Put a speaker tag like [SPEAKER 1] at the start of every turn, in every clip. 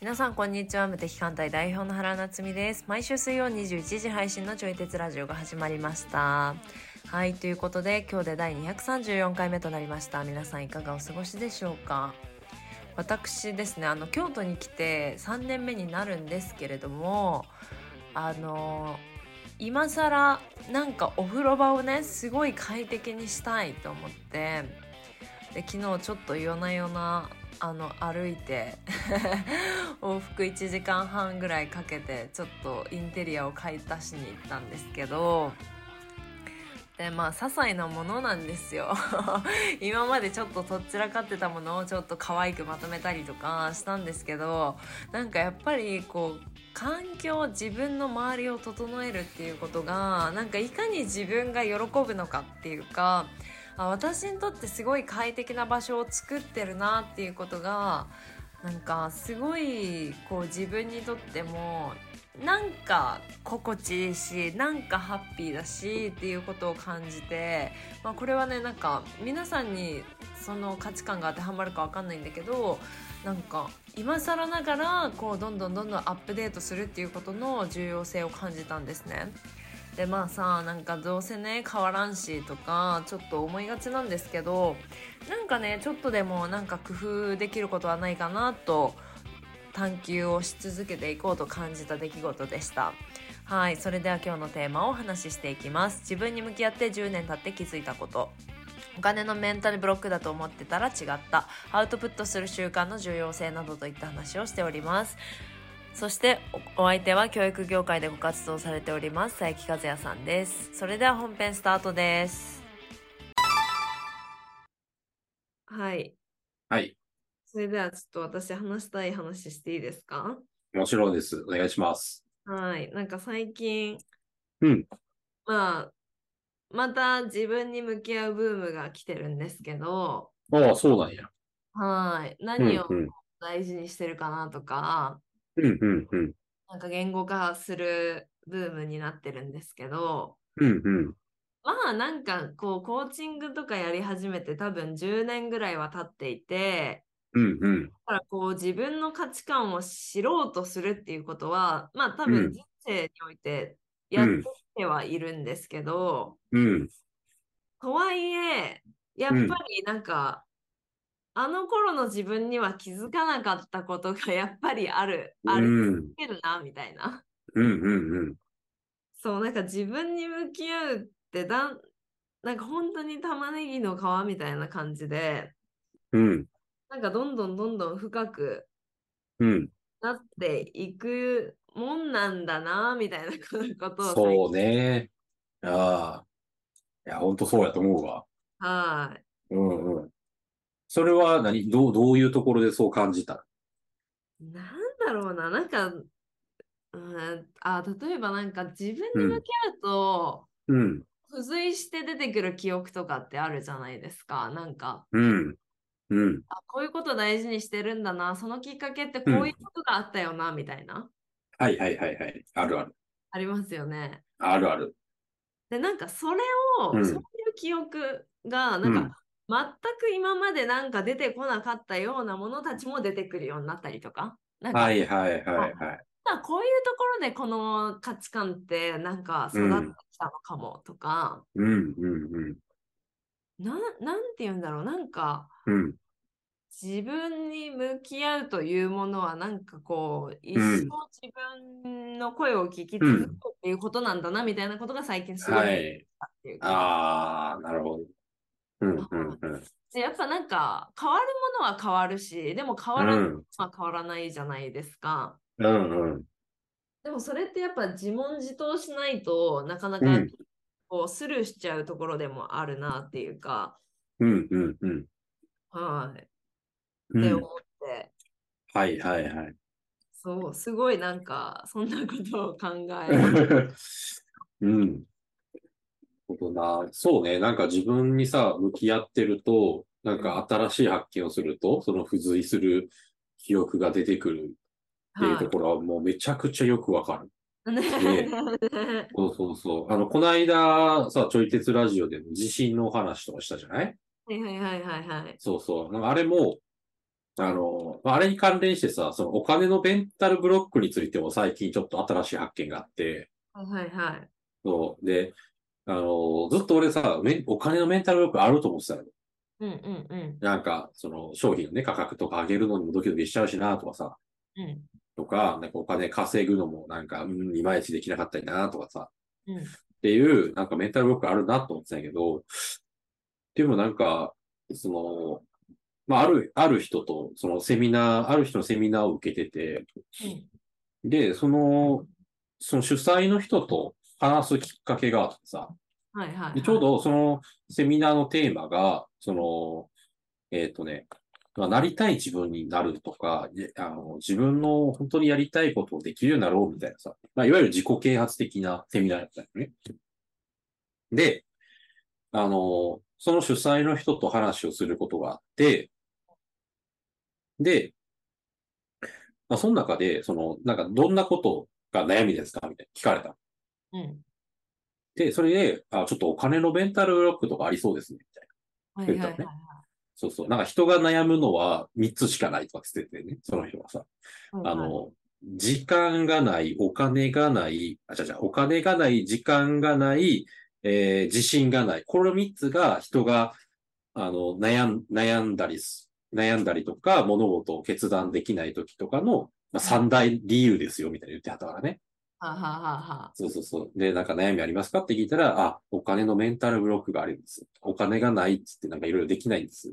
[SPEAKER 1] 皆さんこんにちは無敵艦隊代表の原夏実です毎週水曜21時配信のちょい鉄ラジオが始まりましたはいということで今日で第234回目となりました皆さんいかがお過ごしでしょうか私ですねあの京都に来て3年目になるんですけれどもあの今更なんかお風呂場をねすごい快適にしたいと思ってで昨日ちょっと夜な夜なあの歩いて 往復1時間半ぐらいかけてちょっとインテリアを買い足しに行ったんですけどでまあ些細なものなんですよ 今までちょっととっちらかってたものをちょっと可愛くまとめたりとかしたんですけどなんかやっぱりこう環境自分の周りを整えるっていうことがなんかいかに自分が喜ぶのかっていうかあ私にとってすごい快適な場所を作ってるなっていうことがなんかすごいこう自分にとってもなんか心地いいしなんかハッピーだしっていうことを感じて、まあ、これはねなんか皆さんにその価値観が当てはまるかわかんないんだけどなんか今更ながらこうどんどんどんどんアップデートするっていうことの重要性を感じたんですね。でまあさなんかどうせね変わらんしとかちょっと思いがちなんですけどなんかねちょっとでもなんか工夫できることはないかなと探求をし続けていこうと感じた出来事でしたはいそれでは今日のテーマをお話ししていきます自分に向き合って10年経って気づいたことお金のメンタルブロックだと思ってたら違ったアウトプットする習慣の重要性などといった話をしておりますそしておお相手は教育業界でご活動されております佐伯和也さんですそれでは本編スタートですはい
[SPEAKER 2] はい。
[SPEAKER 1] それではちょっと私話したい話していいですか
[SPEAKER 2] もちろんです。お願いします。
[SPEAKER 1] はい。なんか最近、
[SPEAKER 2] うん。
[SPEAKER 1] まあ、また自分に向き合うブームが来てるんですけど、
[SPEAKER 2] ああ、そうなんや。
[SPEAKER 1] はい。
[SPEAKER 2] うん
[SPEAKER 1] 何を
[SPEAKER 2] うん。
[SPEAKER 1] 大事にしてるかなとか、
[SPEAKER 2] うんうんうん。
[SPEAKER 1] なんか言語化するブームになってるんですけど、
[SPEAKER 2] うんうん。
[SPEAKER 1] まあなんかこうコーチングとかやり始めて多分10年ぐらいは経っていて、
[SPEAKER 2] うんうん。
[SPEAKER 1] だからこう自分の価値観を知ろうとするっていうことは、まあ多
[SPEAKER 2] う
[SPEAKER 1] 分
[SPEAKER 2] ん
[SPEAKER 1] 人生においてやってきてはいるんですけど、
[SPEAKER 2] うん。
[SPEAKER 1] とはいえ、やっぱりなんか、あの頃の自分には気づかなかったことがやっぱりある、あ
[SPEAKER 2] う
[SPEAKER 1] る、
[SPEAKER 2] ん
[SPEAKER 1] あるな、みたいな。
[SPEAKER 2] うんうん
[SPEAKER 1] そう、なんか自分に向き合うってだん、なんか本当に玉ねぎの皮みたいな感じで、
[SPEAKER 2] うん。うん
[SPEAKER 1] なんかどんどんどんどん深く
[SPEAKER 2] うん。
[SPEAKER 1] なっていくもんなんだなみたいな ことを最
[SPEAKER 2] そうね。ああ。いや、ほんとそうやと思うわ。
[SPEAKER 1] 近はい
[SPEAKER 2] うんうん。それは何どう、どういうところでそう感じた
[SPEAKER 1] なんだろうななんか、うん、あ例えばなんか自分に向き合うと、
[SPEAKER 2] うん。
[SPEAKER 1] 付随して出てくる記憶とかってあるじゃないですかなんか
[SPEAKER 2] うん。うん。
[SPEAKER 1] あこういうこと大事にしてるんだなそのきっかけってこういうことがあったよなみたいな
[SPEAKER 2] はいはいはいはい。あるある。
[SPEAKER 1] ありますよね。
[SPEAKER 2] あるある。
[SPEAKER 1] でなんかそれを、
[SPEAKER 2] うん
[SPEAKER 1] そういう記憶がなんか、全く今までなんか出てこなかったようなものたちも出てくるようになったりとかなんか、
[SPEAKER 2] はいはいはいはい。
[SPEAKER 1] まあこういうところでこの価値観ってなんか育ってきたのかもとか、
[SPEAKER 2] うんうん
[SPEAKER 1] ななんて言うんだろうなんか
[SPEAKER 2] うん。うん。
[SPEAKER 1] 自分に向き合うというものはなんかこう一生
[SPEAKER 2] うん
[SPEAKER 1] 自分の声を聞き続くっていうことなんだなみたいなことが最近すごい
[SPEAKER 2] は
[SPEAKER 1] っ
[SPEAKER 2] い。
[SPEAKER 1] ていうか、
[SPEAKER 2] ああ、なるほど。うんうんうん。
[SPEAKER 1] でやっぱなんか変わるものは変わるしでも変わらないものは変わらないじゃないですか。
[SPEAKER 2] うんうん。
[SPEAKER 1] でもそれってやっぱ自問自答しないとなかな
[SPEAKER 2] う
[SPEAKER 1] か
[SPEAKER 2] ん
[SPEAKER 1] こうスルーしちゃうところでもあるなっていうか、
[SPEAKER 2] うんうんうん。
[SPEAKER 1] はい、
[SPEAKER 2] う
[SPEAKER 1] って
[SPEAKER 2] ん
[SPEAKER 1] 思って、
[SPEAKER 2] はいはいはい。
[SPEAKER 1] そう、すごいなんかそんなことを考える。
[SPEAKER 2] うん。ことな。そうね。なんか自分にさ、向き合ってると、なんか新しい発見をすると、その付随する記憶が出てくるっていう
[SPEAKER 1] は
[SPEAKER 2] ところはもうめちゃくちゃよくわかる。ねそうそうそう。あの、この間、さ、ちょい鉄ラジオでも地震のお話とかしたじゃない
[SPEAKER 1] はいはいはいはいはい。
[SPEAKER 2] そうそう。なんかあれも、あの、まああれに関連してさ、そのお金のレンタルブロックについても最近ちょっと新しい発見があって、
[SPEAKER 1] はいはいはい。
[SPEAKER 2] そう。で、あの、ずっと俺さ、めお金のメンタルブロックあると思ってたの。
[SPEAKER 1] うんうんうん。
[SPEAKER 2] なんか、その商品のね、価格とか上げるのにもドキドキしちゃうしなとかさ、
[SPEAKER 1] うん
[SPEAKER 2] とか、なんかお金稼ぐのもなんか、うん、いまいちできなかったりなとかさ、
[SPEAKER 1] うん
[SPEAKER 2] っていう、なんかメンタルブロックあるなと思ってたんやけど、でもなんか、その、まあ、ある、ある人と、そのセミナー、ある人のセミナーを受けてて、
[SPEAKER 1] うん
[SPEAKER 2] で、その、その主催の人と話すきっかけがあってさ、
[SPEAKER 1] はいはいはい。
[SPEAKER 2] で、ちょうどそのセミナーのテーマが、その、えっとね、まあ、なりたい自分になるとか、であの自分の本当にやりたいことをできるようになろうみたいなさ、まあ、いわゆる自己啓発的なセミナーだったよね。で、あの、その主催の人と話をすることがあって、で、まあ、その中で、その、なんか、どんなことが悩みですかみたいな聞かれた。
[SPEAKER 1] うん。
[SPEAKER 2] で、それで、あ、ちょっとお金のメンタルブロックとかありそうですね、みたいな。
[SPEAKER 1] はいは
[SPEAKER 2] 言っ
[SPEAKER 1] い
[SPEAKER 2] た
[SPEAKER 1] は
[SPEAKER 2] の
[SPEAKER 1] い
[SPEAKER 2] ね。そうそう。なんか人が悩むのは3つしかないとかって言っててね、その人はさ。あの、時間がない、お金がない、あ、じゃじゃお金がない、時間がない、えー自信がない。この3つが人が、あの、悩ん、悩んだりす、悩んだりとか、物事を決断できない時とかの、まあ、3大理由ですよ、みたいな言ってはったからね。
[SPEAKER 1] はあはあはあはあ
[SPEAKER 2] そうそうそう。で、なんか悩みありますかって聞いたら、あ、お金のメンタルブロックがあるんです。お金がないっつってなんかいろいろできないんです。っ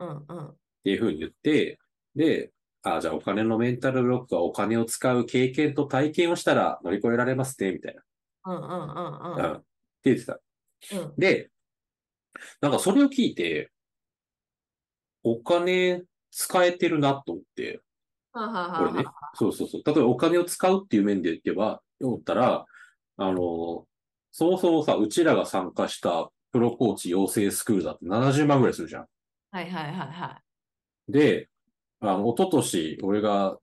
[SPEAKER 1] うんうん。
[SPEAKER 2] ていうふうに言って、で、あ、じゃあお金のメンタルブロックはお金を使う経験と体験をしたら乗り越えられますね、みたい
[SPEAKER 1] うんうんうんう
[SPEAKER 2] な。うん。
[SPEAKER 1] ん。
[SPEAKER 2] って言ってた。
[SPEAKER 1] うん
[SPEAKER 2] で、なんかそれを聞いて、お金使えてるなと思って、
[SPEAKER 1] はあはあはあ
[SPEAKER 2] これ
[SPEAKER 1] は
[SPEAKER 2] ね。そうそうそう。例えばお金を使うっていう面で言えば、思ったら、あの、そもそもさ、うちらが参加したプロコーチ養成スクールだって70万ぐらいするじゃん。
[SPEAKER 1] あはいはいはいは
[SPEAKER 2] で、あの、一昨年俺が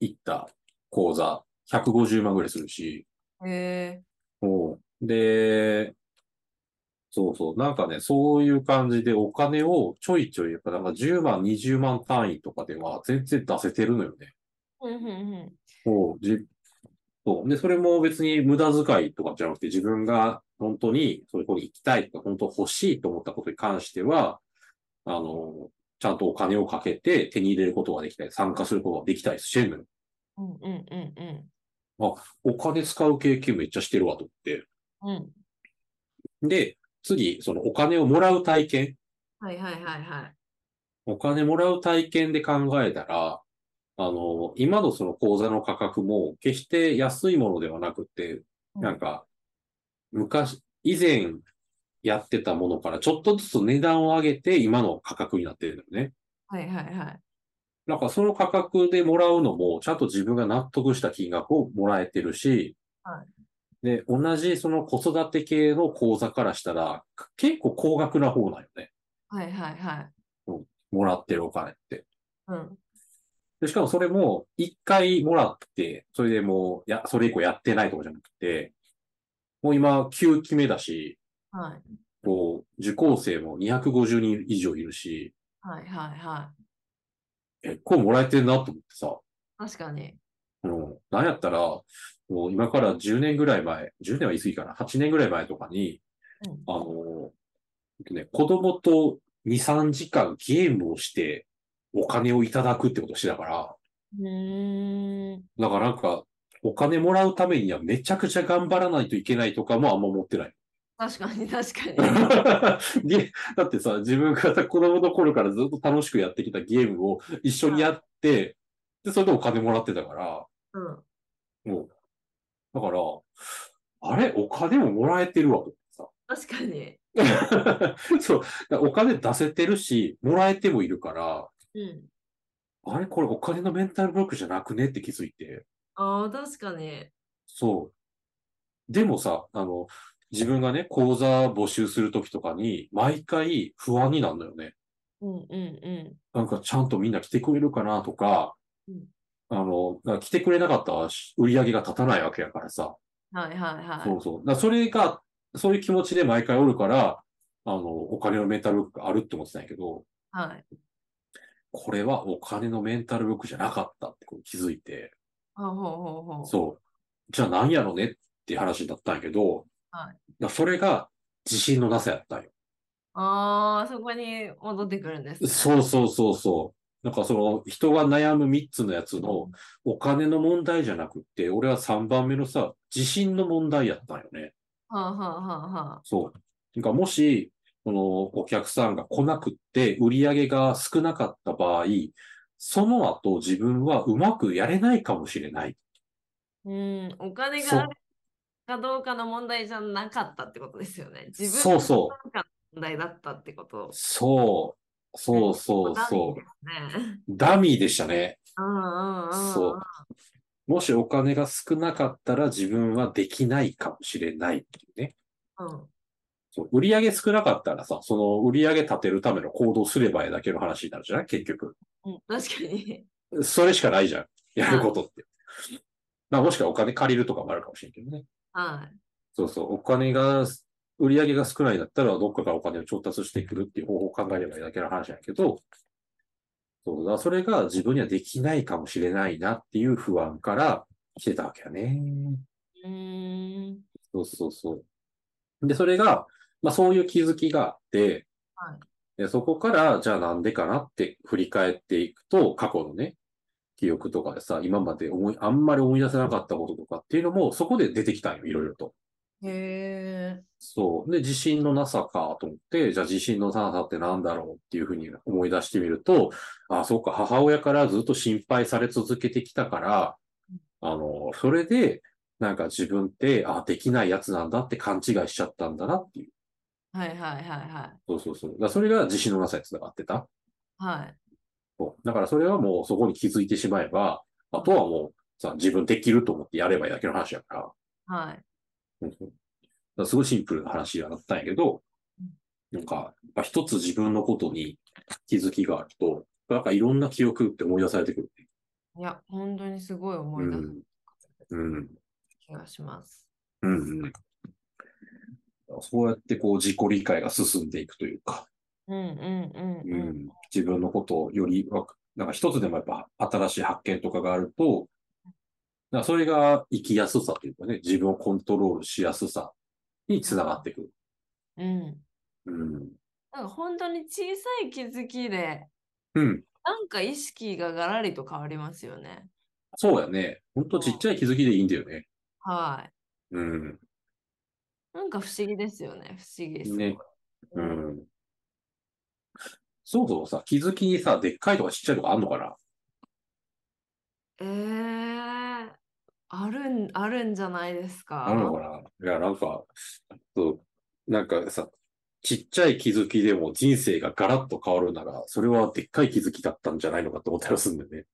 [SPEAKER 2] 行った講座、150万ぐらいするし、
[SPEAKER 1] い。へ
[SPEAKER 2] で、そうそう、なんかね、そういう感じでお金をちょいちょい、やっぱなんか10万、20万単位とかでは全然出せてるのよね。
[SPEAKER 1] え。うんうん
[SPEAKER 2] そう、じ、そう。で、それも別に無駄遣いとかじゃなくて、自分が本当にそういうとこに行きたいとか、本当欲しいと思ったことに関しては、あの、ちゃんとお金をかけて手に入れることができたり、参加することができたりしてるのよ。
[SPEAKER 1] うん。うんうんうんうん。
[SPEAKER 2] お金使う経験めっちゃしてるわと思って。
[SPEAKER 1] うん。
[SPEAKER 2] で、次、そのお金をもらう体験。
[SPEAKER 1] はいはいはいはい。
[SPEAKER 2] お金もらう体験で考えたら、あの、今のその口座の価格も決して安いものではなくて、
[SPEAKER 1] うん
[SPEAKER 2] なんか、昔、以前やってたものからちょっとずつ値段を上げて今の価格になってるんだよね。
[SPEAKER 1] はいはいはい。
[SPEAKER 2] なんかその価格でもらうのも、ちゃんと自分が納得した金額をもらえてるし、
[SPEAKER 1] は
[SPEAKER 2] で、同じその子育て系の口座からしたら、結構高額な方なんよね。
[SPEAKER 1] はいはいはい。
[SPEAKER 2] もらってるお金って。
[SPEAKER 1] うん。
[SPEAKER 2] で、しかもそれも、一回もらって、それでもう、や、それ以降やってないとかじゃなくて、もう今、9期目だし、
[SPEAKER 1] はい
[SPEAKER 2] こう、受講生も250人以上いるし、
[SPEAKER 1] はいはいは
[SPEAKER 2] 結構もらえてるなと思ってさ、
[SPEAKER 1] い。確かに。
[SPEAKER 2] うん、なんやったら、もう今から10年ぐらい前、10年は言い過ぎかな、8年ぐらい前とかに、
[SPEAKER 1] うん
[SPEAKER 2] あの、えっとね、子供と2、3時間ゲームをして、お金をいただくってことしてたから、
[SPEAKER 1] うーん。
[SPEAKER 2] だからなんか、お金もらうためにはめちゃくちゃ頑張らないといけないとかもあんま思ってない。
[SPEAKER 1] 確かに確かに。
[SPEAKER 2] で だってさ、自分がさ子供の頃からずっと楽しくやってきたゲームを一緒にやって、で、それでお金もらってたから、
[SPEAKER 1] うん。
[SPEAKER 2] もう、だから、あれお金ももらえてるわ、と思
[SPEAKER 1] 確かに。
[SPEAKER 2] ってさ。そう、だからお金出せてるし、もらえてもいるから、
[SPEAKER 1] うん。
[SPEAKER 2] あれこれお金のメンタルブロックじゃなくねって気づいて。
[SPEAKER 1] ああ、確かに。
[SPEAKER 2] そう。でもさ、あの、自分がね、講座募集するときとかに、毎回不安になるのよね。
[SPEAKER 1] うんうんうん。
[SPEAKER 2] なんかちゃんとみんな来てくれるかなとか
[SPEAKER 1] うん、
[SPEAKER 2] あの、だから来てくれなかったら売り上げが立たないわけやからさ。
[SPEAKER 1] はいはいはい。
[SPEAKER 2] そうそう。だからそれが、そういう気持ちで毎回おるから、あの、お金のメンタルブックがあるって思ってたんやけど、
[SPEAKER 1] はい。
[SPEAKER 2] これはお金のメンタルブックじゃなかったってこう気づいて、
[SPEAKER 1] ほうほうほうほう。
[SPEAKER 2] そう。じゃあ何やろねっていう話になったんやけど、
[SPEAKER 1] はい
[SPEAKER 2] だからそれが自信のなさやったんよ。
[SPEAKER 1] ああ、そこに戻ってくるんですね。
[SPEAKER 2] そうそうそうそう。なんかその人が悩む3つのやつのお金の問題じゃなくって、俺は3番目のさ、自信の問題やったんよね。
[SPEAKER 1] はあはあはあはあ。
[SPEAKER 2] そう。てかもし、このお客さんが来なくって売り上げが少なかった場合、その後自分はうまくやれないかもしれない。
[SPEAKER 1] うん、お金
[SPEAKER 2] そう
[SPEAKER 1] があるかどうかの問題じゃなかったってことですよね。自分
[SPEAKER 2] そうそ
[SPEAKER 1] がどうかの問題だったってこと
[SPEAKER 2] う。。そう。そうそう
[SPEAKER 1] ダミー
[SPEAKER 2] そ
[SPEAKER 1] で
[SPEAKER 2] う。
[SPEAKER 1] すね。
[SPEAKER 2] ダミーでしたね。
[SPEAKER 1] うんうんうんうん。
[SPEAKER 2] そう。もしお金が少なかったら自分はできないかもしれないっていうね。
[SPEAKER 1] うん。
[SPEAKER 2] そう売り上げ少なかったらさ、その売り上げ立てるための行動すればええだけの話になるじゃない結局。
[SPEAKER 1] うん、確かに。
[SPEAKER 2] それしかないじゃん。やることって。まあもしくはお金借りるとかもあるかもしれんけどね。
[SPEAKER 1] はい。
[SPEAKER 2] そうそう。お金が、売り上げが少ないんだったらどっかからお金を調達してくるっていう方法を考えればいいだけの話だけど、そうだ。それが自分にはできないかもしれないなっていう不安から来てたわけやね。
[SPEAKER 1] うーん。
[SPEAKER 2] そうそうそう。で、それが、まあそういう気づきがあって、
[SPEAKER 1] は
[SPEAKER 2] でそこから、じゃあなんでかなって振り返っていくと、過去のね、記憶とかでさ、今まで思い、あんまり思い出せなかったこととかっていうのも、そこで出てきたんよ、いろいろと。
[SPEAKER 1] へえ。
[SPEAKER 2] そう。で、自信のなさかと思って、じゃあ自信のなさってなんだろうっていうふうに思い出してみると、あ、そうか、母親からずっと心配され続けてきたから、あの、それで、なんか自分って、あ、できないやつなんだって勘違いしちゃったんだなっていう。
[SPEAKER 1] はいはいはいはい。
[SPEAKER 2] そうそうそう。だからそれが自信のなさにつながってた。
[SPEAKER 1] はい。
[SPEAKER 2] そうだからそれはもうそこに気づいてしまえば、あとはもうさ、自分できると思ってやればいいだけの話やから。
[SPEAKER 1] はい。
[SPEAKER 2] うんうんだからすごいシンプルな話にはなったんやけど
[SPEAKER 1] うん、
[SPEAKER 2] なんか、やっぱ一つ自分のことに気づきがあると、なんかいろんな記憶って思い出されてくるね。
[SPEAKER 1] いや、本当にすごい思い出す
[SPEAKER 2] うん。
[SPEAKER 1] 気がします。
[SPEAKER 2] うん。うん。そうやってこう自己理解が進んでいくというか、
[SPEAKER 1] うんうん
[SPEAKER 2] う
[SPEAKER 1] うんうん。
[SPEAKER 2] ん、自分のことをよりわか、なんか一つでもやっぱ新しい発見とかがあると、なんかそれが生きやすさというかね、自分をコントロールしやすさにつながってくる。
[SPEAKER 1] うん。
[SPEAKER 2] うん。
[SPEAKER 1] なんか本当に小さい気づきで、
[SPEAKER 2] うん。
[SPEAKER 1] なんか意識がガラリと変わりますよね。
[SPEAKER 2] そうやね。ほんとちっちゃい気づきでいいんだよね。
[SPEAKER 1] は
[SPEAKER 2] うん。
[SPEAKER 1] い。なんか不思議ですよね。不思議です。
[SPEAKER 2] ねう
[SPEAKER 1] うん
[SPEAKER 2] ん。そもそもさ、気づきにさ、でっかいとかちっちゃいとかあんのかな
[SPEAKER 1] えー、あるん、あるんじゃないですか。
[SPEAKER 2] あるのかないや、なんか、そう、なんかさ、ちっちゃい気づきでも人生がガラッと変わるなら、それはでっかい気づきだったんじゃないのかって思ったりするんだよね。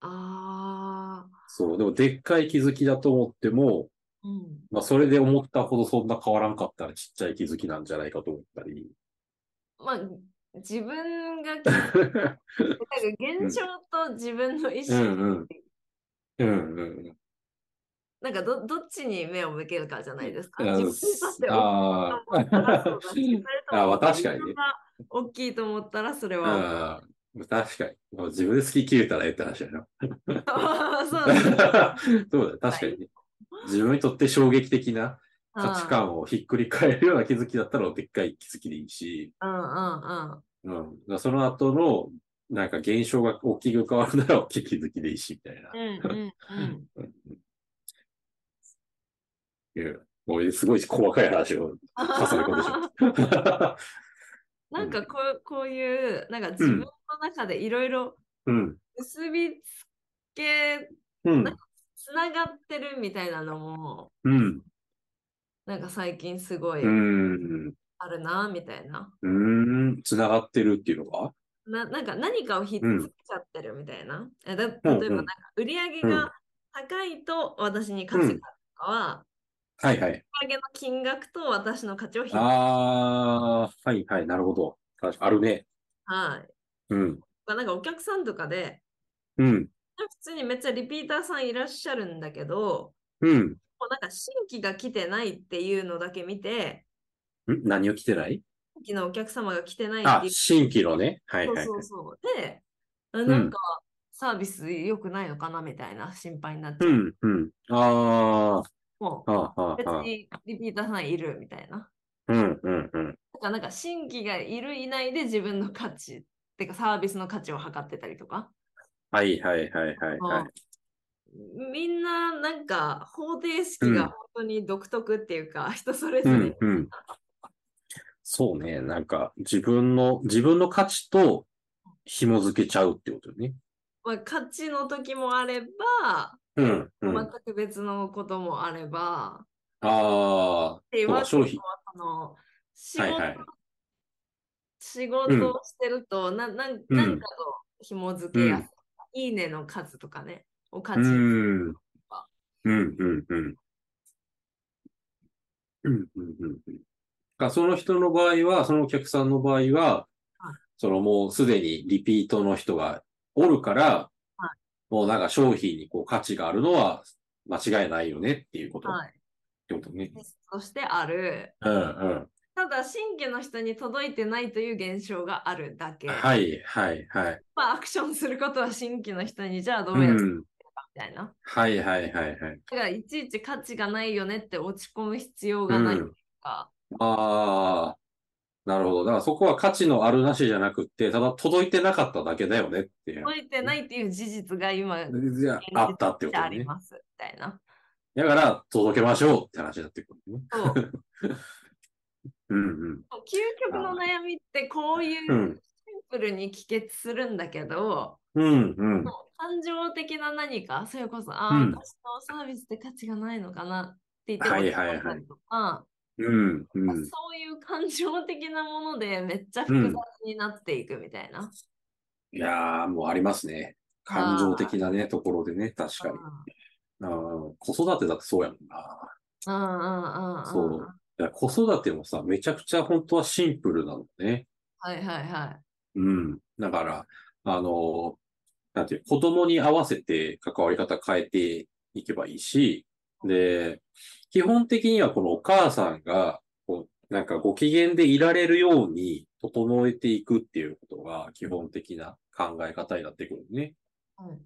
[SPEAKER 1] あ
[SPEAKER 2] そう、でもでっかい気づきだと思っても、
[SPEAKER 1] ー、うん。
[SPEAKER 2] まあそれで思ったほどそんな変わらんかったらちっちゃい気づきなんじゃないかと思ったり。
[SPEAKER 1] まあ、自分が、なんか現象と自分の意識、
[SPEAKER 2] うんうん。うんうんうん。
[SPEAKER 1] なんかど、どっちに目を向けるかじゃないですか。
[SPEAKER 2] あ
[SPEAKER 1] 自分にとって大
[SPEAKER 2] あ
[SPEAKER 1] きいと思ったらそうだし、それとも
[SPEAKER 2] あまあ確かにね
[SPEAKER 1] 自分が大きいと思ったらそれ
[SPEAKER 2] ー
[SPEAKER 1] は
[SPEAKER 2] あー、確かに。自分で好き切れたらええって話だよ
[SPEAKER 1] 大 きい。そうですね
[SPEAKER 2] な。 そうだよ、確かにね。自分にとって衝撃的な価値観をひっくり返るような気づきだったら、でっかい気づきでいいし、
[SPEAKER 1] うんうんうん。
[SPEAKER 2] うん、だからその後の、なんか現象が大きく変わるなら大きい気づきでいいし、みたいな。
[SPEAKER 1] うんうんうん。
[SPEAKER 2] うん、もうすごい細 かい話を 重ね込んでしまう。
[SPEAKER 1] なんかこうこういう、なんか自分の中でいろいろ
[SPEAKER 2] うん。
[SPEAKER 1] 結びつけ、
[SPEAKER 2] うん。
[SPEAKER 1] つながってるみたいなのも、
[SPEAKER 2] うん。
[SPEAKER 1] なんか最近すごい
[SPEAKER 2] うん。
[SPEAKER 1] あるな、みたいな。
[SPEAKER 2] うん。つながってるっていうのが
[SPEAKER 1] ななんか何かをひっ
[SPEAKER 2] うん
[SPEAKER 1] つけちゃってるみたいな。えだ例えば
[SPEAKER 2] うん
[SPEAKER 1] なんか売り上げが高いと私に価値があるとかは、
[SPEAKER 2] はいは
[SPEAKER 1] 売
[SPEAKER 2] い。
[SPEAKER 1] り上げの金額と私の価値を引っ張
[SPEAKER 2] ああ、はいはい、なるほど。確かあるね。
[SPEAKER 1] はい。
[SPEAKER 2] うん。
[SPEAKER 1] なんかお客さんとかで、
[SPEAKER 2] うん。
[SPEAKER 1] 普通にめっちゃリピーターさんいらっしゃるんだけど、
[SPEAKER 2] うん。ん
[SPEAKER 1] もうなんか新規が来てないっていうのだけ見て、
[SPEAKER 2] 何を着てない
[SPEAKER 1] 新規のお客様が来てないっ
[SPEAKER 2] あ
[SPEAKER 1] て、いう。
[SPEAKER 2] 新規のね。はい
[SPEAKER 1] そう
[SPEAKER 2] はい
[SPEAKER 1] そ
[SPEAKER 2] は
[SPEAKER 1] う
[SPEAKER 2] い。
[SPEAKER 1] そう。で、あなんかサービス良くないのかなみたいな心配になっち
[SPEAKER 2] う
[SPEAKER 1] ゃう。
[SPEAKER 2] ん、うん。あ
[SPEAKER 1] も
[SPEAKER 2] あ、はあ、は
[SPEAKER 1] う別
[SPEAKER 2] あ、はあ。
[SPEAKER 1] にリピーターさんいるみたいな。
[SPEAKER 2] うん、うん、うん。
[SPEAKER 1] だからなんか新規がいるいないで自分の価値ってかサービスの価値を測ってたりとか。
[SPEAKER 2] はいはいはいはいはい。
[SPEAKER 1] みんななんか方程式
[SPEAKER 2] うん
[SPEAKER 1] が本当に独特っていうか、人それ
[SPEAKER 2] う
[SPEAKER 1] ぞれ
[SPEAKER 2] ん、うん。そうね。なんか、自分の、自分の価値と紐づけちゃうってことよね。
[SPEAKER 1] まあ、価値の時もあれば、
[SPEAKER 2] うん、うん。あ
[SPEAKER 1] 全く別のこともあれば、
[SPEAKER 2] あ
[SPEAKER 1] で
[SPEAKER 2] そうだ
[SPEAKER 1] ワーク
[SPEAKER 2] 商品
[SPEAKER 1] はその仕
[SPEAKER 2] ー、はい
[SPEAKER 1] 事、
[SPEAKER 2] はい。
[SPEAKER 1] 仕事をしてると、ななんなんかの紐付けやすい、いいねの数とかね、お価
[SPEAKER 2] う
[SPEAKER 1] 値、
[SPEAKER 2] ん。うん、うん、うん。うん、うん、うん。が、その人の場合は、そのお客さんの場合は
[SPEAKER 1] はい、
[SPEAKER 2] そのもうすでにリピートの人がおるから
[SPEAKER 1] は、
[SPEAKER 2] もうなんか商品にこう価値があるのは間違いないよねっていうことっ
[SPEAKER 1] はい、
[SPEAKER 2] てことね。
[SPEAKER 1] テストとしてある。
[SPEAKER 2] うんうん。
[SPEAKER 1] ただ、新規の人に届いてないという現象があるだけ。
[SPEAKER 2] はいはいはい。
[SPEAKER 1] まあ、アクションすることは新規の人にじゃあどう
[SPEAKER 2] う
[SPEAKER 1] やってみ
[SPEAKER 2] ん。
[SPEAKER 1] たいな。
[SPEAKER 2] はいはいはいはい。
[SPEAKER 1] だからいちいち価値がないよねって落ち込む必要が
[SPEAKER 2] う。
[SPEAKER 1] ないというんか、
[SPEAKER 2] ああ、なるほど。だからそこは価値のあるなしじゃなくって、ただ届いてなかっただけだよねっていう。
[SPEAKER 1] 届いてないっていう事実が今、
[SPEAKER 2] じゃあ、あったってこと
[SPEAKER 1] あ
[SPEAKER 2] ね
[SPEAKER 1] り。ますみたいな。
[SPEAKER 2] だから、届けましょうって話になってくるね。
[SPEAKER 1] そう 究
[SPEAKER 2] うんうん。
[SPEAKER 1] 極の悩みってこういう
[SPEAKER 2] う
[SPEAKER 1] シン
[SPEAKER 2] ん。
[SPEAKER 1] プルに帰結するんだけど、
[SPEAKER 2] うんうん。
[SPEAKER 1] 感情的な何か、それこそ、ああ、
[SPEAKER 2] うん
[SPEAKER 1] 私のサービスって価値がないのかなって言って
[SPEAKER 2] はい
[SPEAKER 1] 落ち
[SPEAKER 2] はいはい
[SPEAKER 1] 込んだりとか、
[SPEAKER 2] うんう
[SPEAKER 1] そ
[SPEAKER 2] ん。
[SPEAKER 1] ういう感情的なものでめっちゃ複雑になっていくみたいな。
[SPEAKER 2] いやー、もうありますね。感情的なね、ところでね、確かに。うん子育てだってそうやもんな。
[SPEAKER 1] うんうんうんうん。
[SPEAKER 2] そう。いや子育てもさ、めちゃくちゃ本当はシンプルなのね。
[SPEAKER 1] はいはいはい。
[SPEAKER 2] うん。だから、あの、なんていう、子供に合わせて関わり方変えていけばいいし、で、基本的にはこのお母さんが、こう、なんかご機嫌でいられるように整えていくっていうことが基本的な考え方になってくるね。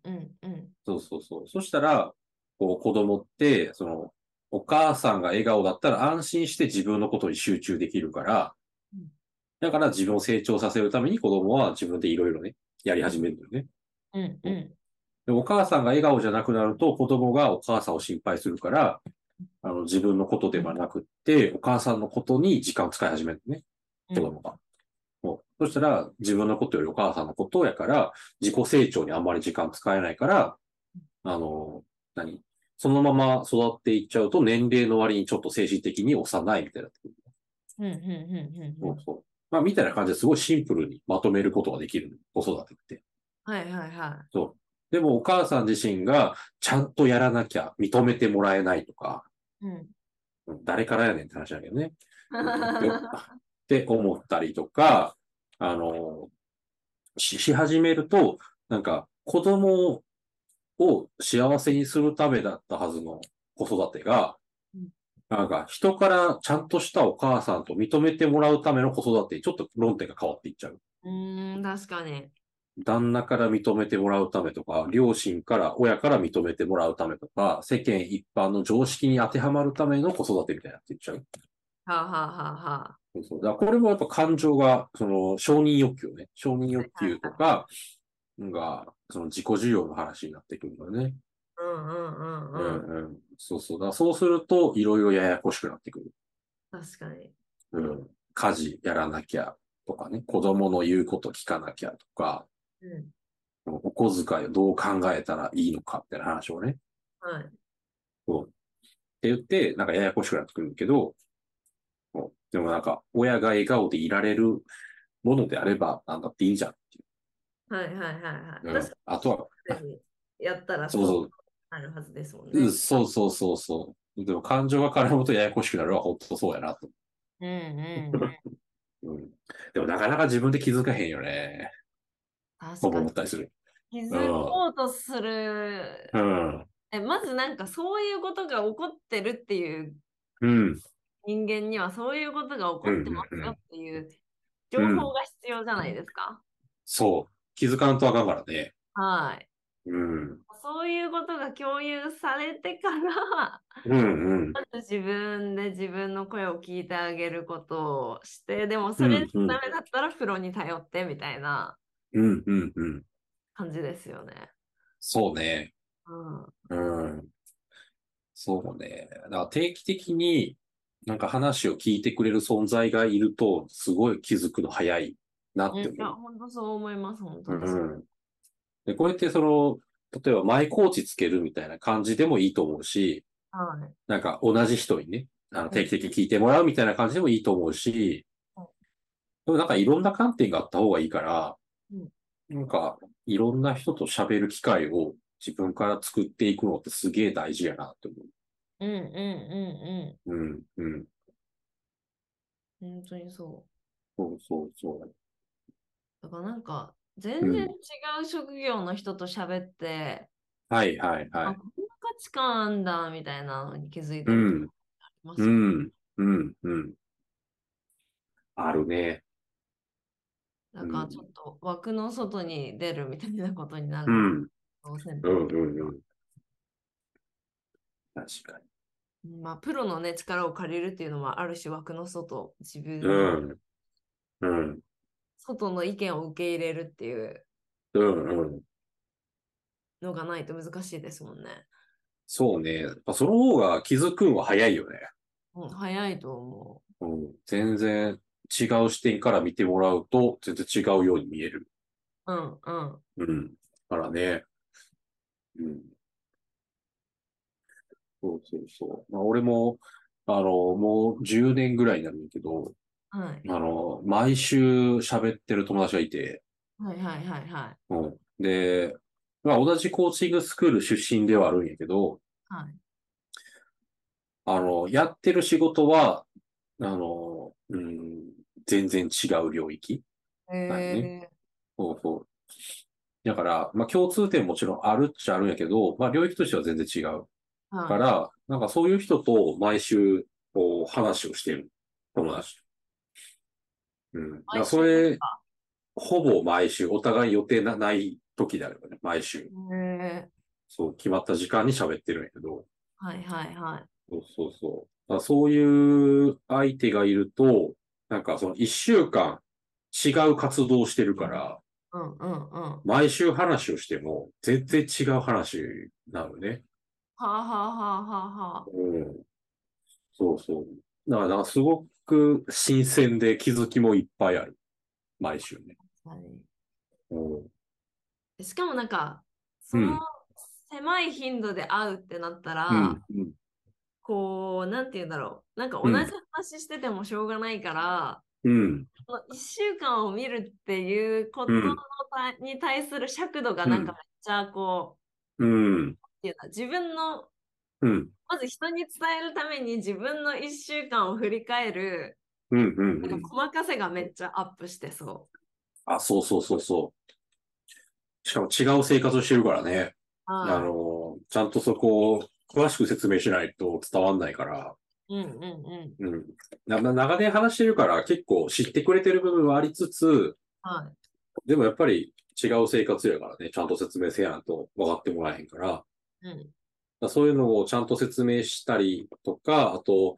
[SPEAKER 1] うんうんうん。
[SPEAKER 2] そうそうそう。そしたら、こう子供って、その、お母さんが笑顔だったら安心して自分のことに集中できるから
[SPEAKER 1] うん、
[SPEAKER 2] だから自分を成長させるために子供は自分でいろいろね、やり始めるのよね。
[SPEAKER 1] うんうん。
[SPEAKER 2] で、お母さんが笑顔じゃなくなると子供がお母さんを心配するから、あの自分のことではなくって、お母さんのことに時間を使い始めるのね。
[SPEAKER 1] う
[SPEAKER 2] 子
[SPEAKER 1] ん
[SPEAKER 2] 供が。もうそしたら、自分のことよりお母さんのことやから、自己成長にあんまり時間使えないから、あの、何そのまま育っていっちゃうと、年齢の割にちょっと精神的に幼いみたいな。
[SPEAKER 1] うんうんうんうん。
[SPEAKER 2] そううんそう。まあ、みたいな感じですごいシンプルにまとめることができる。子育てって。
[SPEAKER 1] はいはいは
[SPEAKER 2] でも、お母さん自身が、ちゃんとやらなきゃ認めてもらえないとか、
[SPEAKER 1] い。うん。
[SPEAKER 2] うん誰からやねんって話だけどね。 って思ったりとか、あの、し、し始めると、なんか、子供を幸せにするためだったはずの子育てが
[SPEAKER 1] うん、
[SPEAKER 2] なんか、人からちゃんとしたお母さんと認めてもらうための子育てにちょっと論点が変わっていっちゃう。
[SPEAKER 1] うーん、確かに。
[SPEAKER 2] 旦那から認めてもらうためとか、両親から、親から認めてもらうためとか、世間一般の常識に当てはまるための子育てみたいになっていっちゃう。
[SPEAKER 1] はあ、はあはあはあ、
[SPEAKER 2] そうそう。だからこれもやっぱ感情が、その承認欲求ね。承認欲求とかが、その自己需要の話になってくるんだよね。
[SPEAKER 1] うんうん
[SPEAKER 2] う
[SPEAKER 1] うんうん。
[SPEAKER 2] んうん。そうそう。だからそうすると、いろいろややこしくなってくる。
[SPEAKER 1] 確かに。
[SPEAKER 2] うん。家事やらなきゃとかね。子供の言うこと聞かなきゃとか、
[SPEAKER 1] うん。
[SPEAKER 2] お小遣いをどう考えたらいいのかっていう話をね。って
[SPEAKER 1] はい。
[SPEAKER 2] 言って、なんかややこしくなってくるけど、もうでもなんか、親が笑顔でいられるものであれば、なんだっていいじゃんっていう。
[SPEAKER 1] はいはいはいはい。
[SPEAKER 2] うん
[SPEAKER 1] 確か
[SPEAKER 2] あとは、
[SPEAKER 1] に、やったら
[SPEAKER 2] そうそう。
[SPEAKER 1] なるはずですもんね。
[SPEAKER 2] うんそうそうそうそう。でも感情が絡むとややこしくなるのは本当そうやなと。
[SPEAKER 1] うんうんうん。
[SPEAKER 2] うん。でもなかなか自分で気づかへんよね。
[SPEAKER 1] 確か
[SPEAKER 2] 僕思っ
[SPEAKER 1] に。
[SPEAKER 2] たりする。
[SPEAKER 1] 気づこうとする、
[SPEAKER 2] うん。
[SPEAKER 1] えまずなんかそういうことが起こってるっていう
[SPEAKER 2] うん。
[SPEAKER 1] 人間にはそういうことが起こってますよっていう情
[SPEAKER 2] うん
[SPEAKER 1] 報が必要じゃないですか。
[SPEAKER 2] そう。気づかんとあかんからね。
[SPEAKER 1] はい。
[SPEAKER 2] うん。
[SPEAKER 1] そういうことが共有されてから、
[SPEAKER 2] うんうん。
[SPEAKER 1] まず自分で自分の声を聞いてあげることをして、でもそれ
[SPEAKER 2] うんうん
[SPEAKER 1] ダメだったらプロに頼ってみたいな
[SPEAKER 2] うんうんうん。
[SPEAKER 1] 感じですよね。
[SPEAKER 2] そうね。
[SPEAKER 1] うん。
[SPEAKER 2] うん。そうね。だから定期的になんか話を聞いてくれる存在がいると、すごい気づくの早いなっ
[SPEAKER 1] い
[SPEAKER 2] て
[SPEAKER 1] や、
[SPEAKER 2] 思
[SPEAKER 1] 本当そう思います、本当
[SPEAKER 2] う。
[SPEAKER 1] に。
[SPEAKER 2] うん。で、こうやってその、例えば前コーチつけるみたいな感じでもいいと思うし、
[SPEAKER 1] はい。
[SPEAKER 2] なんか同じ人にね、あの定期的に聞いてもらうみたいな感じでもいいと思うし
[SPEAKER 1] うん、
[SPEAKER 2] でもなんかいろんな観点があった方がいいから
[SPEAKER 1] うん、
[SPEAKER 2] なんかいろんな人と喋る機会を自分から作っていくのってすげえ大事やなって思う。
[SPEAKER 1] うんうんうん
[SPEAKER 2] うん、うん。
[SPEAKER 1] うん。本当にそ
[SPEAKER 2] そうそうそう。
[SPEAKER 1] う。だからなんか、全
[SPEAKER 2] うん
[SPEAKER 1] 然違う職業の人と喋って、
[SPEAKER 2] はいは
[SPEAKER 1] あ、こん
[SPEAKER 2] いはい
[SPEAKER 1] な。価値観あんだ、みたいなのに気づいた
[SPEAKER 2] う
[SPEAKER 1] り
[SPEAKER 2] ん、
[SPEAKER 1] ます
[SPEAKER 2] う
[SPEAKER 1] よね
[SPEAKER 2] ん、うん、うん。あるね。
[SPEAKER 1] なんか
[SPEAKER 2] うん
[SPEAKER 1] ちょっと枠の外に出るみたいなことにな
[SPEAKER 2] う
[SPEAKER 1] る。
[SPEAKER 2] ん、
[SPEAKER 1] どうせ
[SPEAKER 2] うん、うん、うん。確か
[SPEAKER 1] まあ、プロのね、力を借りるっていうのはある種枠の外、自分
[SPEAKER 2] に。う
[SPEAKER 1] の
[SPEAKER 2] ん、うん、
[SPEAKER 1] 外の意見を受け入れるっていう
[SPEAKER 2] うん、うん。
[SPEAKER 1] のがないと難しいですもんね。
[SPEAKER 2] そうね。やっぱその方が気づくんは早いよね。
[SPEAKER 1] うん、早いと思
[SPEAKER 2] うん。全然違う視点から見てもらうと、全然違うように見える。
[SPEAKER 1] う。うんうん。
[SPEAKER 2] うん。だからね。うん。そうそうそう。まあ、俺も、あの、もう10年ぐらいになるんだけど、
[SPEAKER 1] はい。
[SPEAKER 2] あの、毎週喋ってる友達がいて、
[SPEAKER 1] はいはいはいはい。
[SPEAKER 2] うん。で、まあ同じコーチングスクール出身ではあるんやけど、
[SPEAKER 1] はい。
[SPEAKER 2] あの、やってる仕事は、あの、うん、全然違う領域。
[SPEAKER 1] え
[SPEAKER 2] そうそう。だから、まあ共通点もちろんあるっちゃあるんやけど、まあ領域としては全然違う。
[SPEAKER 1] ー、はい。
[SPEAKER 2] から、なんかそういう人と毎週、こう、話をしてる。友達。うん。だからそれ、ほぼ毎週、お互い予定なない時であればね、毎週、
[SPEAKER 1] え
[SPEAKER 2] そう、決まった時間に喋ってるんやけど、
[SPEAKER 1] ー、はいはいはい。
[SPEAKER 2] そうそうそう。だからそういう相手がいると、なんかその一週間違う活動をしてるから、
[SPEAKER 1] うんうんうん。は
[SPEAKER 2] 毎週話をしても、全然違う話なのね。
[SPEAKER 1] あ、はあはあはあはあ。
[SPEAKER 2] うん。そうそう。だから、なんかすごく新鮮で気づきもいっぱいある。毎週ね。
[SPEAKER 1] はい
[SPEAKER 2] うん。
[SPEAKER 1] しかもなんか、そ
[SPEAKER 2] うん
[SPEAKER 1] の狭い頻度で会うってなったら、
[SPEAKER 2] うん。うん
[SPEAKER 1] こう、なんて言うんだろう。なんか
[SPEAKER 2] う
[SPEAKER 1] 同
[SPEAKER 2] ん
[SPEAKER 1] じ話しててもしょうがないから、
[SPEAKER 2] うん。
[SPEAKER 1] その1週間を見るっていうこと
[SPEAKER 2] うん
[SPEAKER 1] のたに対する尺度がなんかめっちゃこ
[SPEAKER 2] うん。
[SPEAKER 1] う、っていうの自分の、
[SPEAKER 2] うん。
[SPEAKER 1] まず人に伝えるために自分の1週間を振り返る、
[SPEAKER 2] うん。うん。う
[SPEAKER 1] なん
[SPEAKER 2] ん
[SPEAKER 1] か細かせがめっちゃアップしてそ
[SPEAKER 2] あ、そうそうそうそう。しかも違う生活をしてるからね。
[SPEAKER 1] う。
[SPEAKER 2] あ
[SPEAKER 1] はい
[SPEAKER 2] の、ちゃんとそこを詳しく説明しないと伝わんないから。
[SPEAKER 1] うんうんうん。
[SPEAKER 2] うん。なな長年話してるから結構知ってくれてる部分はありつつ、
[SPEAKER 1] はい。
[SPEAKER 2] でもやっぱり違う生活やからね、ちゃんと説明せやんと分かってもらえへんから、だか
[SPEAKER 1] うん。
[SPEAKER 2] らそういうのをちゃんと説明したりとか、あと、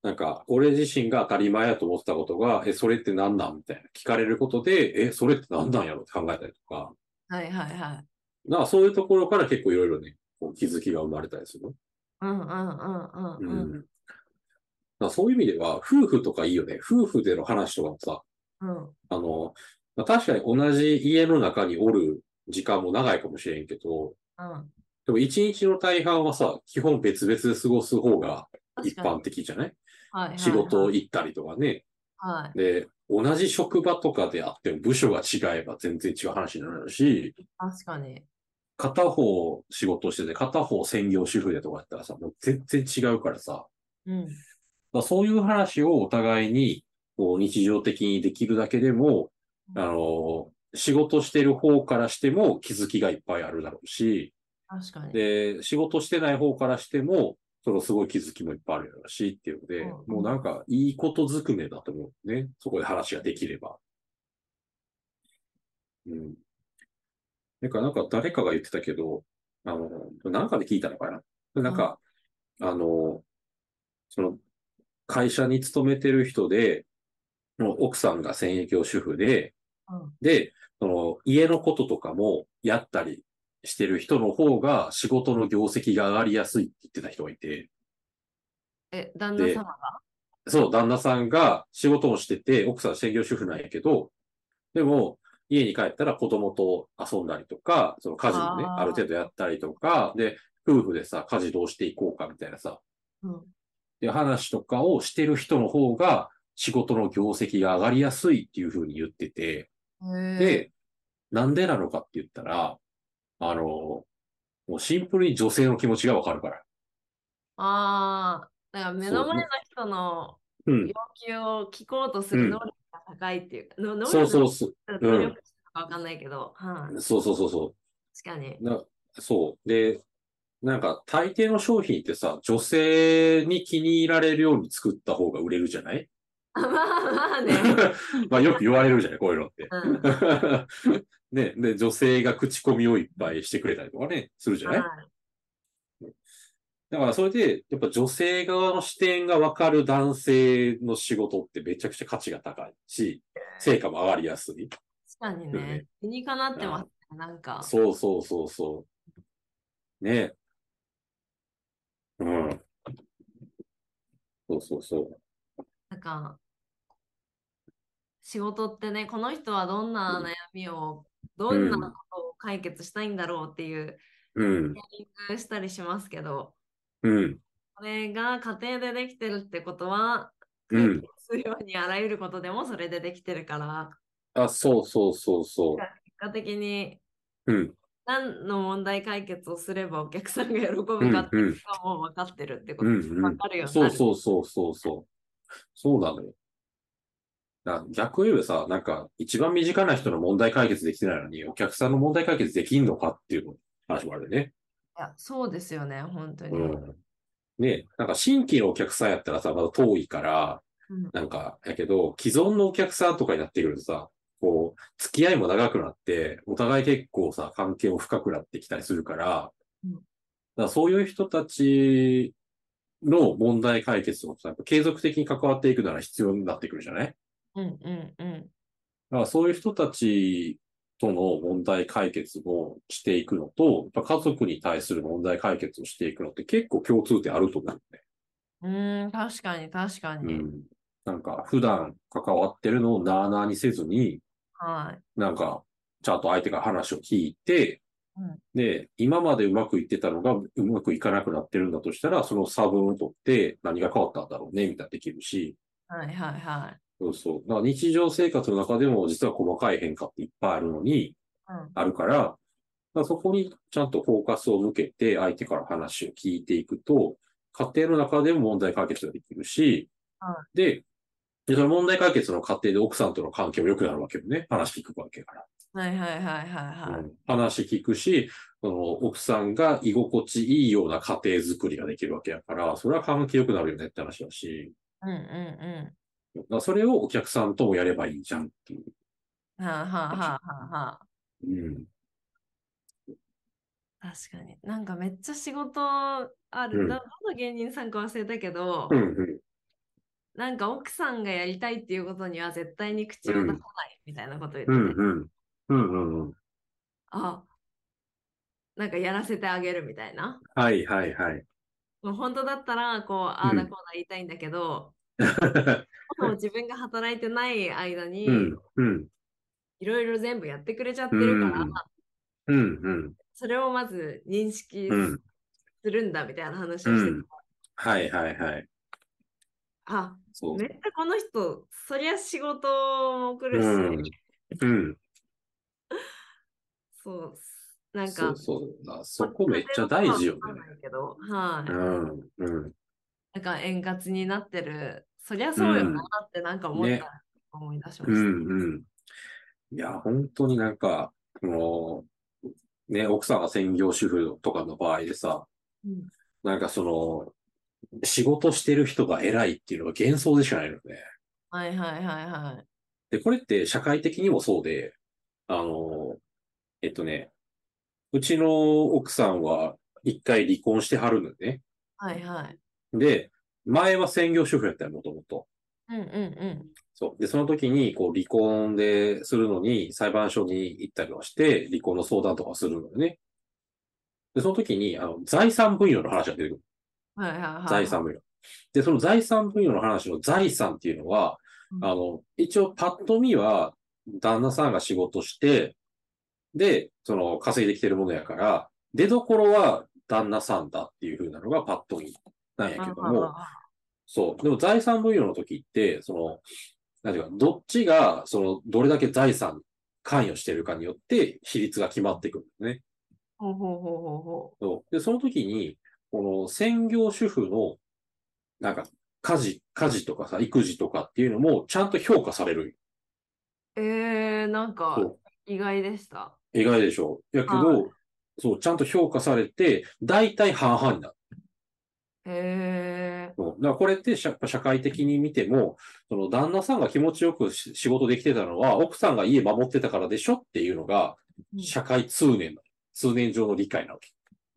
[SPEAKER 2] なんか、俺自身が当たり前やと思ってたことが、え、それって何なんみたいな聞かれることで、え、それって何なんやろって考えたりとか、
[SPEAKER 1] はいはいはい。
[SPEAKER 2] なんかそういうところから結構いろいろね、こう気づきが生まれたりするの。
[SPEAKER 1] うんうんうんうんうん。
[SPEAKER 2] だからそういう意味では、夫婦とかいいよね。夫婦での話とかもさ、
[SPEAKER 1] うん。
[SPEAKER 2] あの、まあ確かに同じ家の中におる時間も長いかもしれんけど、
[SPEAKER 1] うん。
[SPEAKER 2] でも一日の大半はさ、基本別々で過ごす方が
[SPEAKER 1] 確
[SPEAKER 2] 一
[SPEAKER 1] かに。
[SPEAKER 2] 般的じゃない
[SPEAKER 1] はいはいはい
[SPEAKER 2] 仕事行ったりとかね。
[SPEAKER 1] はい。
[SPEAKER 2] で、同じ職場とかであっても部署が違えば全然違う話になるし、
[SPEAKER 1] 確かに。
[SPEAKER 2] 片方仕事してて片方専業主婦でとかやったらさ、もう全然違うからさ、だか
[SPEAKER 1] うん。
[SPEAKER 2] らそういう話をお互いにこう日常的にできるだけでも、あの、仕事してる方からしても気づきがいっぱいあるだろうし、
[SPEAKER 1] 確かに。
[SPEAKER 2] で、仕事してない方からしても、そのすごい気づきもいっぱいあるだろうしっていうので、
[SPEAKER 1] うん
[SPEAKER 2] もうなんかいいことずくめだと思うね。そこで話ができれば。うん。なんか、なんか誰かが言ってたけど、あの、なんかで聞いたのかな。なんか、あの、その、会社に勤めてる人で、もう奥さんが専業主婦で、
[SPEAKER 1] うん
[SPEAKER 2] で、その家のこととかもやったりしてる人の方が仕事の業績が上がりやすいって言ってた人がいて、
[SPEAKER 1] え、旦那様が
[SPEAKER 2] そう、旦那さんが仕事もしてて、奥さん専業主婦なんやけど、でも、家に帰ったら子供と遊んだりとか、その家事もね、
[SPEAKER 1] あー
[SPEAKER 2] ある程度やったりとか、で、夫婦でさ、家事どうしていこうかみたいなさ、
[SPEAKER 1] うん。
[SPEAKER 2] で話とかをしてる人の方が仕事の業績が上がりやすいっていうふうに言ってて、
[SPEAKER 1] へえ
[SPEAKER 2] で、なんでなのかって言ったら、あの、もうシンプルに女性の気持ちがわかるから。
[SPEAKER 1] ああ、だから目の前の人の
[SPEAKER 2] うん。
[SPEAKER 1] 要求を聞こうとする能力が高いっていうか、の能
[SPEAKER 2] そうそう
[SPEAKER 1] 力
[SPEAKER 2] そう。
[SPEAKER 1] が
[SPEAKER 2] うん
[SPEAKER 1] 努力してるのかわかんないけど、はい、
[SPEAKER 2] そうそうそうそ
[SPEAKER 1] 確かに
[SPEAKER 2] う。。な、そう。で、なんか大抵の商品ってさ、女性に気に入られるように作った方が売れるじゃない
[SPEAKER 1] あ まあまあ ね。
[SPEAKER 2] まあよく言われるじゃないこういうのって。
[SPEAKER 1] うん。
[SPEAKER 2] ね、で、女性が口コミをいっぱいしてくれたりとかね、するじゃない
[SPEAKER 1] はい
[SPEAKER 2] だからそれで、やっぱ女性側の視点がわかる男性の仕事ってめちゃくちゃ価値が高いし、成果も上がりやすい。
[SPEAKER 1] 確かに
[SPEAKER 2] うん
[SPEAKER 1] ね。理にかなってますね、なんか。
[SPEAKER 2] そうそうそうそう。ねうん。そうそうそう。
[SPEAKER 1] なんか、仕事ってね、この人はどんな悩みを、どんなことを解決したいんだろうっていう、
[SPEAKER 2] うん。
[SPEAKER 1] 工夫したりしますけど、
[SPEAKER 2] うん。
[SPEAKER 1] それが家庭でできてるってことは、
[SPEAKER 2] う
[SPEAKER 1] 解
[SPEAKER 2] ん
[SPEAKER 1] 決するようにあらゆることでもそれでできてるから、
[SPEAKER 2] あ、そうそうそうそ
[SPEAKER 1] 結果的に
[SPEAKER 2] う。うん。
[SPEAKER 1] 何の問題解決をすればお客さんが喜ぶ
[SPEAKER 2] うん。
[SPEAKER 1] かって
[SPEAKER 2] う。
[SPEAKER 1] いうんのがもう分かってるってこ
[SPEAKER 2] う
[SPEAKER 1] と、
[SPEAKER 2] ん。うん
[SPEAKER 1] 分。かるように
[SPEAKER 2] そ
[SPEAKER 1] な
[SPEAKER 2] う
[SPEAKER 1] る。
[SPEAKER 2] そうそうそうそう。そうなのよ。な逆を言えばさ、なんか、一番身近な人の問題解決できてないのに、お客さんの問題解決できんのかっていう話もあるよね。
[SPEAKER 1] いや、そうですよね、本当に。
[SPEAKER 2] うん。ねなんか新規のお客さんやったらさ、まだ遠いから、
[SPEAKER 1] うん
[SPEAKER 2] なんか、やけど、既存のお客さんとかになってくるとさ、こう、付き合いも長くなって、お互い結構さ、関係も深くなってきたりするから、
[SPEAKER 1] うん
[SPEAKER 2] だからそういう人たちの問題解決をさ、やっぱ継続的に関わっていくなら必要になってくるじゃない
[SPEAKER 1] うんうんうん。
[SPEAKER 2] だからそういう人たちとの問題解決をしていくのと、やっぱ家族に対する問題解決をしていくのって結構共通点あると思うね。
[SPEAKER 1] うーん、確かに、確か
[SPEAKER 2] う
[SPEAKER 1] に。
[SPEAKER 2] ん。なんか普段関わってるのをなあなあにせずに、
[SPEAKER 1] はい。
[SPEAKER 2] なんかちゃんと相手から話を聞いて、
[SPEAKER 1] うん
[SPEAKER 2] で、今までうまくいってたのがうまくいかなくなってるんだとしたら、その差分を取って何が変わったんだろうね、みたいなできるし、
[SPEAKER 1] はいはいはい。
[SPEAKER 2] そうそう。だから日常生活の中でも実は細かい変化っていっぱいあるのに、
[SPEAKER 1] うん
[SPEAKER 2] あるから、だからそこにちゃんとフォーカスを向けて相手から話を聞いていくと、家庭の中でも問題解決ができるし、
[SPEAKER 1] は
[SPEAKER 2] で、でその問題解決の過程で奥さんとの関係も良くなるわけよね。話聞くわけやから。
[SPEAKER 1] はいはいはいはいはい。
[SPEAKER 2] うん話聞くし、その奥さんが居心地いいような家庭づくりができるわけやから、それは関係良くなるよねって話だし、
[SPEAKER 1] うんうん
[SPEAKER 2] だからそれをお客さんともやればいいじゃんっていう。
[SPEAKER 1] うん。はあはあはあはあは
[SPEAKER 2] うん。
[SPEAKER 1] あ。確かに。なんかめっちゃ仕事ある。
[SPEAKER 2] うん
[SPEAKER 1] などの芸人さんか忘れたけど
[SPEAKER 2] う、んうん。
[SPEAKER 1] なんか奥さんがやりたいっていうことには絶対に口を出さないみたいなこと言って
[SPEAKER 2] う
[SPEAKER 1] て、
[SPEAKER 2] んうん。うんうんうん。
[SPEAKER 1] あ、なんかやらせてあげるみたいな。
[SPEAKER 2] はいはいはい。
[SPEAKER 1] もう本当だったら、こう、ああ
[SPEAKER 2] うん
[SPEAKER 1] だこうだ言いたいんだけど、もう自分が働いてない間に
[SPEAKER 2] う、んうん。
[SPEAKER 1] いろいろ全部やってくれちゃってるから、
[SPEAKER 2] うんうんうん。
[SPEAKER 1] それをまず認識
[SPEAKER 2] うん
[SPEAKER 1] するんだみたいな話をして
[SPEAKER 2] う
[SPEAKER 1] て、
[SPEAKER 2] ん。はいはいはい。
[SPEAKER 1] あ
[SPEAKER 2] そう
[SPEAKER 1] め。っちゃこの人そりゃ仕事も来るし、
[SPEAKER 2] うん。うん。
[SPEAKER 1] そうなん
[SPEAKER 2] そ
[SPEAKER 1] か
[SPEAKER 2] うそうだ。そこめっちゃ大事よね
[SPEAKER 1] わ。かんないけど、はい、
[SPEAKER 2] うん。うん。
[SPEAKER 1] なんか円滑になってるそりゃそうよなってなんか思った、
[SPEAKER 2] ね
[SPEAKER 1] 思い出しま
[SPEAKER 2] う
[SPEAKER 1] した、
[SPEAKER 2] ん。うん。いや、本当になんか、この、ね、奥さんが専業主婦とかの場合でさ、
[SPEAKER 1] うん
[SPEAKER 2] なんかその、仕事してる人が偉いっていうのは幻想でしかないのね。
[SPEAKER 1] はいはいはいはい。
[SPEAKER 2] で、これって社会的にもそうで、あの、えっとね、うちの奥さんは一回離婚してはるのね。
[SPEAKER 1] はいはい。
[SPEAKER 2] で、前は専業主婦やったよ、もともと。
[SPEAKER 1] うんうんうん。
[SPEAKER 2] そう。で、その時に、こう、離婚でするのに、裁判所に行ったりはして、離婚の相談とかするのよね。で、その時に、あの、財産分与の話が出てくる。
[SPEAKER 1] はいはいはい。
[SPEAKER 2] 財産分与。で、その財産分与の話の財産っていうのは、
[SPEAKER 1] うん。
[SPEAKER 2] あの、一応パッと見は、旦那さんが仕事して、で、その、稼いできてるものやから、出所は旦那さんだっていう風なのがパッと見なんやけども、そう。でも財産分与の時って、その、なんていうか、どっちが、その、どれだけ財産関与してるかによって、比率が決まってくるんですね。
[SPEAKER 1] ほうほうほうほうほ
[SPEAKER 2] そう。で、その時に、この、専業主婦の、なんか、家事、家事とかさ、育児とかっていうのも、ちゃんと評価されるんよ。
[SPEAKER 1] う。えー、なんか
[SPEAKER 2] そう
[SPEAKER 1] 意外でした。
[SPEAKER 2] 意外でしょやけ
[SPEAKER 1] は
[SPEAKER 2] ど、そう、ちゃんと評価されて、大体半々になる。
[SPEAKER 1] え
[SPEAKER 2] そうだからこれって社社会的に見ても、その旦那さんが気持ちよくし仕事できてたのは、奥さんが家守ってたからでしょっていうのが、
[SPEAKER 1] うん
[SPEAKER 2] 社会通念な、通念上の理解なわけ。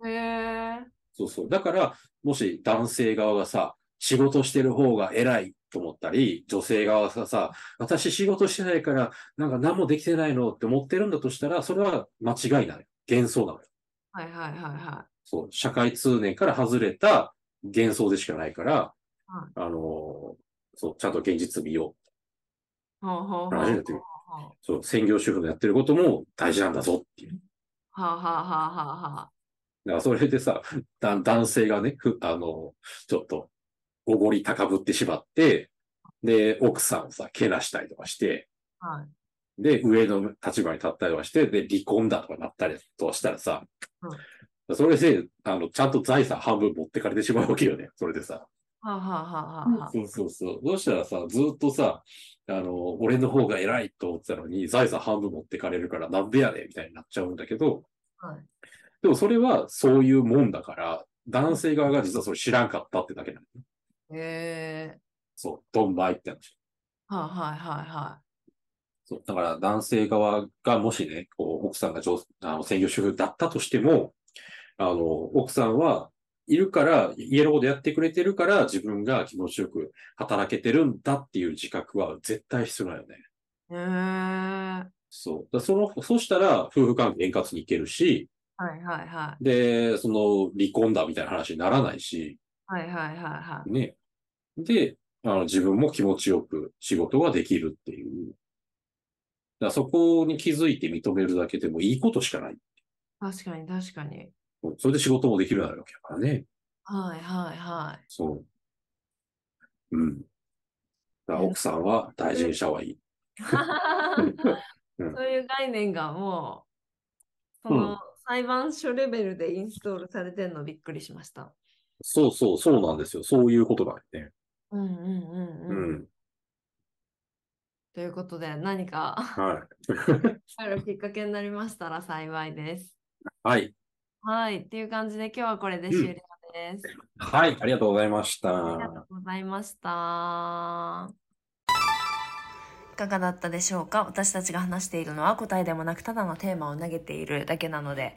[SPEAKER 1] ー、え
[SPEAKER 2] そうそう。だから、もし男性側がさ、仕事してる方が偉いと思ったり、女性側がさ、私仕事してないから、なんか何もできてないのって思ってるんだとしたら、それは間違いなのよ。幻想なのよ。
[SPEAKER 1] ー、はいはいはいは
[SPEAKER 2] そう、社会通念から外れた幻想でしかないから、
[SPEAKER 1] は
[SPEAKER 2] あのーそう、ちゃんと現実見よ
[SPEAKER 1] い。ほうほう
[SPEAKER 2] う。
[SPEAKER 1] ほう
[SPEAKER 2] 話になってく
[SPEAKER 1] ほ
[SPEAKER 2] る
[SPEAKER 1] うほう。
[SPEAKER 2] そう、専業主婦のやってることも大事なんだぞっていう。
[SPEAKER 1] はあ、はあはあはあはあ、
[SPEAKER 2] だからそれでさ、だ男性がね、ふあのーちょっと、おごり高ぶってしまって、で、奥さんをさ、けなしたりとかして、
[SPEAKER 1] はい。
[SPEAKER 2] で、上の立場に立ったりはして、で、離婚だとかなったりとかしたらさ、それで、あの、ちゃんと財産半分持ってかれてしまうわけよね、それでさ。
[SPEAKER 1] はあ、はあはあはあはあ。
[SPEAKER 2] そうそうそう。どうしたらさ、ずっとさ、あの、俺の方が偉いと思ってたのに、財産半分持ってかれるからなんでやねんみたいになっちゃうんだけど、
[SPEAKER 1] はい
[SPEAKER 2] でもそれはそういうもんだから、男性側が実はそれ知らんかったってだけなの。
[SPEAKER 1] え
[SPEAKER 2] そう、ドンマイって話。
[SPEAKER 1] ー、はいはいはいは
[SPEAKER 2] そう、だから男性側がもしね、こう、奥さんが上あの専業主婦だったとしても、あの、奥さんはいるから、家のことやってくれてるから、自分が気持ちよく働けてるんだっていう自覚は絶対必要だよね。
[SPEAKER 1] い。えー、
[SPEAKER 2] そう。だその、そしたら、夫婦関係円滑にいけるし、
[SPEAKER 1] はいはいはい。
[SPEAKER 2] で、その、離婚だみたいな話にならないし、
[SPEAKER 1] はいはいはいはい。
[SPEAKER 2] ね。で、あの、自分も気持ちよく仕事ができるっていう。だそこに気づいて認めるだけでもいいことしかない。
[SPEAKER 1] 確かに確かに。
[SPEAKER 2] それで仕事もできるようになるわけだからね。
[SPEAKER 1] はいはいはい。
[SPEAKER 2] そう。うん。だから奥さんは大事にした方が いい。うん
[SPEAKER 1] そういう概念がもう、そ
[SPEAKER 2] うん
[SPEAKER 1] の裁判所レベルでインストールされてるのびっくりしました。
[SPEAKER 2] そうそう、そうなんですよ。そういうことだよね。
[SPEAKER 1] うんうんうん
[SPEAKER 2] う
[SPEAKER 1] うん。
[SPEAKER 2] ん。
[SPEAKER 1] ということで、何か
[SPEAKER 2] はい。
[SPEAKER 1] あるきっかけになりましたら幸いです。
[SPEAKER 2] はい。
[SPEAKER 1] はい。っていう感じで今日はこれで
[SPEAKER 2] うん
[SPEAKER 1] 終了です。
[SPEAKER 2] はい。ありがとうございました。
[SPEAKER 1] ありがとうございました。いかがだったでしょうか私たちが話しているのは答えでもなくただのテーマを投げているだけなので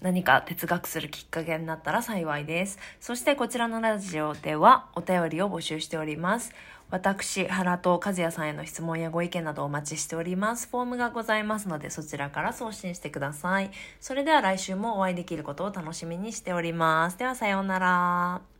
[SPEAKER 1] 何か哲学するきっかけになったら幸いです。そしてこちらのラジオではお便りを募集しております。私、原と和也さんへの質問やご意見などお待ちしております。フォームがございますのでそちらから送信してください。それでは来週もお会いできることを楽しみにしております。ではさようなら。